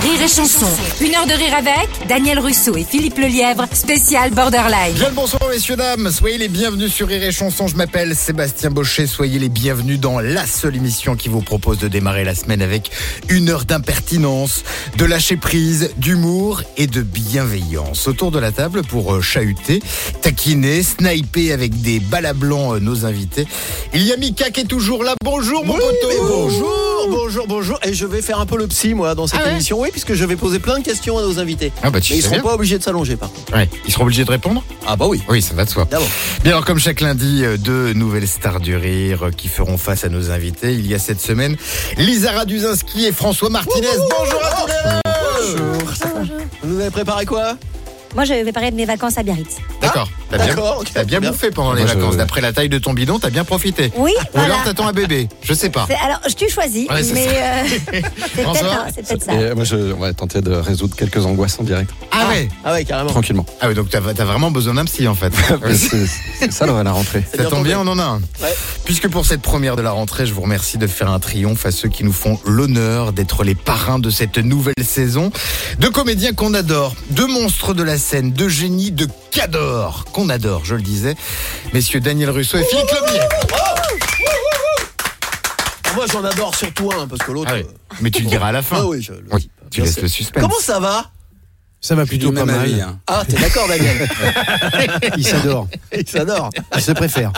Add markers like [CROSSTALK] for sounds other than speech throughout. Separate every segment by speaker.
Speaker 1: Rire et chanson. Une heure de rire avec Daniel Russo et Philippe Lelièvre, spécial Borderline.
Speaker 2: Bien le bonsoir messieurs dames, soyez les bienvenus sur Rire et Chanson, je m'appelle Sébastien Baucher, soyez les bienvenus dans la seule émission qui vous propose de démarrer la semaine avec une heure d'impertinence, de lâcher prise, d'humour et de bienveillance. Autour de la table pour euh, chahuter, taquiner, sniper avec des balles à blanc euh, nos invités. Il y a Mika qui est toujours là, bonjour mon poteau
Speaker 3: Bonjour, bonjour, bonjour. Et je vais faire un peu le psy, moi, dans cette
Speaker 4: Ah ouais
Speaker 3: émission. Oui, puisque je vais poser plein de questions à nos invités.
Speaker 2: Ah bah tu
Speaker 3: Mais ils
Speaker 2: sais
Speaker 3: seront
Speaker 2: bien.
Speaker 3: pas obligés de s'allonger, par contre.
Speaker 2: Ouais, ils seront obligés de répondre
Speaker 3: Ah bah oui.
Speaker 2: Oui, ça va de soi.
Speaker 3: D'abord.
Speaker 2: Bien alors comme chaque lundi, euh, deux nouvelles stars du rire euh, qui feront face à nos invités. Il y a cette semaine, Lisa Raduzinski et François Martinez. Bonjour à tous les deux
Speaker 3: Vous nous avez préparé quoi
Speaker 5: Moi, j'avais préparé de mes vacances à Biarritz.
Speaker 2: D'accord, t'as bien,
Speaker 3: d'accord, ok,
Speaker 2: t'as bien
Speaker 3: bien.
Speaker 2: bouffé pendant les
Speaker 6: Moi, je-
Speaker 2: vacances. D'après la taille de ton bidon, t'as bien profité.
Speaker 5: Oui,
Speaker 2: Ou alors
Speaker 5: voilà.
Speaker 2: t'attends un bébé, je sais pas.
Speaker 5: C'est- Alors, je- tu choisis,
Speaker 2: Ouais, c'est
Speaker 5: mais
Speaker 2: [LAUGHS]
Speaker 5: euh, c'est peut-être
Speaker 2: François
Speaker 5: ça. c'est peut-être ça.
Speaker 2: euh,
Speaker 6: Et moi, je, on va tenter de résoudre quelques angoisses en direct,
Speaker 2: Ah ouais
Speaker 3: Ah ouais, carrément.
Speaker 6: tranquillement.
Speaker 2: Ah ouais, donc t'as t'as vraiment besoin d'un psy en
Speaker 6: [LAUGHS]
Speaker 2: fait.
Speaker 6: Ah, bah, C'est c'est ça le- la rentrée.
Speaker 3: C'est
Speaker 2: Ça
Speaker 3: bien
Speaker 2: tombe
Speaker 3: tombé.
Speaker 2: bien, on en a un.
Speaker 3: Ouais.
Speaker 2: Puisque pour cette première de la rentrée, je vous remercie de faire un triomphe à ceux qui nous font l'honneur d'être les parrains de cette nouvelle saison. Deux comédiens qu'on adore, deux monstres de la scène, deux génies de cador qu'on adore, je le disais. Messieurs Daniel Russo et Philippe Lebier.
Speaker 3: Moi, j'en adore surtout un, parce que l'autre.
Speaker 2: Ah oui,
Speaker 3: euh,
Speaker 2: Mais tu le diras à la fin.
Speaker 3: Ah oui, je le
Speaker 2: Oui,
Speaker 3: dis pas.
Speaker 2: tu
Speaker 3: Bien
Speaker 2: laisses
Speaker 3: sûr.
Speaker 2: le Hein. suspense.
Speaker 3: Comment ça va
Speaker 7: Ça va plutôt pas mal.
Speaker 3: Ah, t'es d'accord,
Speaker 2: [LAUGHS]
Speaker 3: Daniel
Speaker 7: Il s'adore.
Speaker 3: Il s'adore.
Speaker 7: Il se préfère.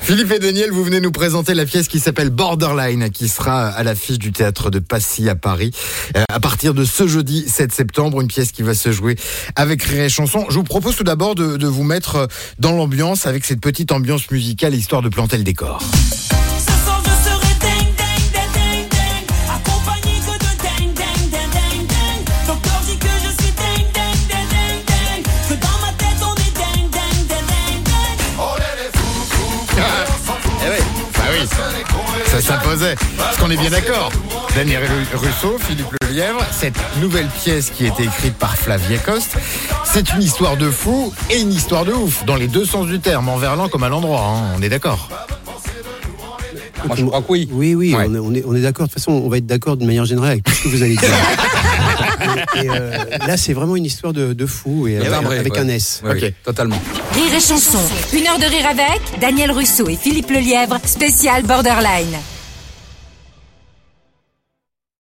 Speaker 2: Philippe et Daniel, vous venez nous présenter la pièce qui s'appelle Borderline, qui sera à l'affiche du théâtre de Passy à Paris euh, à partir de ce jeudi 7 septembre. Une pièce qui va se jouer avec Rire et Chanson. Je vous propose tout d'abord de, de vous mettre dans l'ambiance avec cette petite ambiance musicale histoire de planter le décor.
Speaker 8: Ce soir je serai ding ding ding ding ding Accompagné que de ding ding ding ding ding Docteur dit que je suis ding ding ding ding ding Que dans ma tête on est ding ding ding ding ding
Speaker 3: Eh ouais.
Speaker 2: Bah oui, ça s'imposait. Parce qu'on est bien d'accord. Daniel Russo, Philippe Lelièvre, cette nouvelle pièce qui a été écrite par Flavie Coste, c'est une histoire de fou et une histoire de ouf, dans les deux sens du terme, envers l'un comme à l'endroit, hein, on est d'accord.
Speaker 6: Moi, je crois que oui.
Speaker 7: Oui, oui,
Speaker 2: Ouais.
Speaker 7: on est, on est- on est d'accord. De toute façon, on va être d'accord d'une manière générale avec tout ce que vous allez
Speaker 2: [LAUGHS]
Speaker 7: dire. Et- et, euh, là, c'est vraiment une histoire de, de fou et avec,
Speaker 6: timbré,
Speaker 7: avec
Speaker 6: Eh ben, ouais.
Speaker 7: un S.
Speaker 6: Oui, oui,
Speaker 2: Ok.
Speaker 6: totalement.
Speaker 1: Rire et chanson. Une heure de rire avec Daniel Russo et Philippe Lelièvre, spécial Borderline.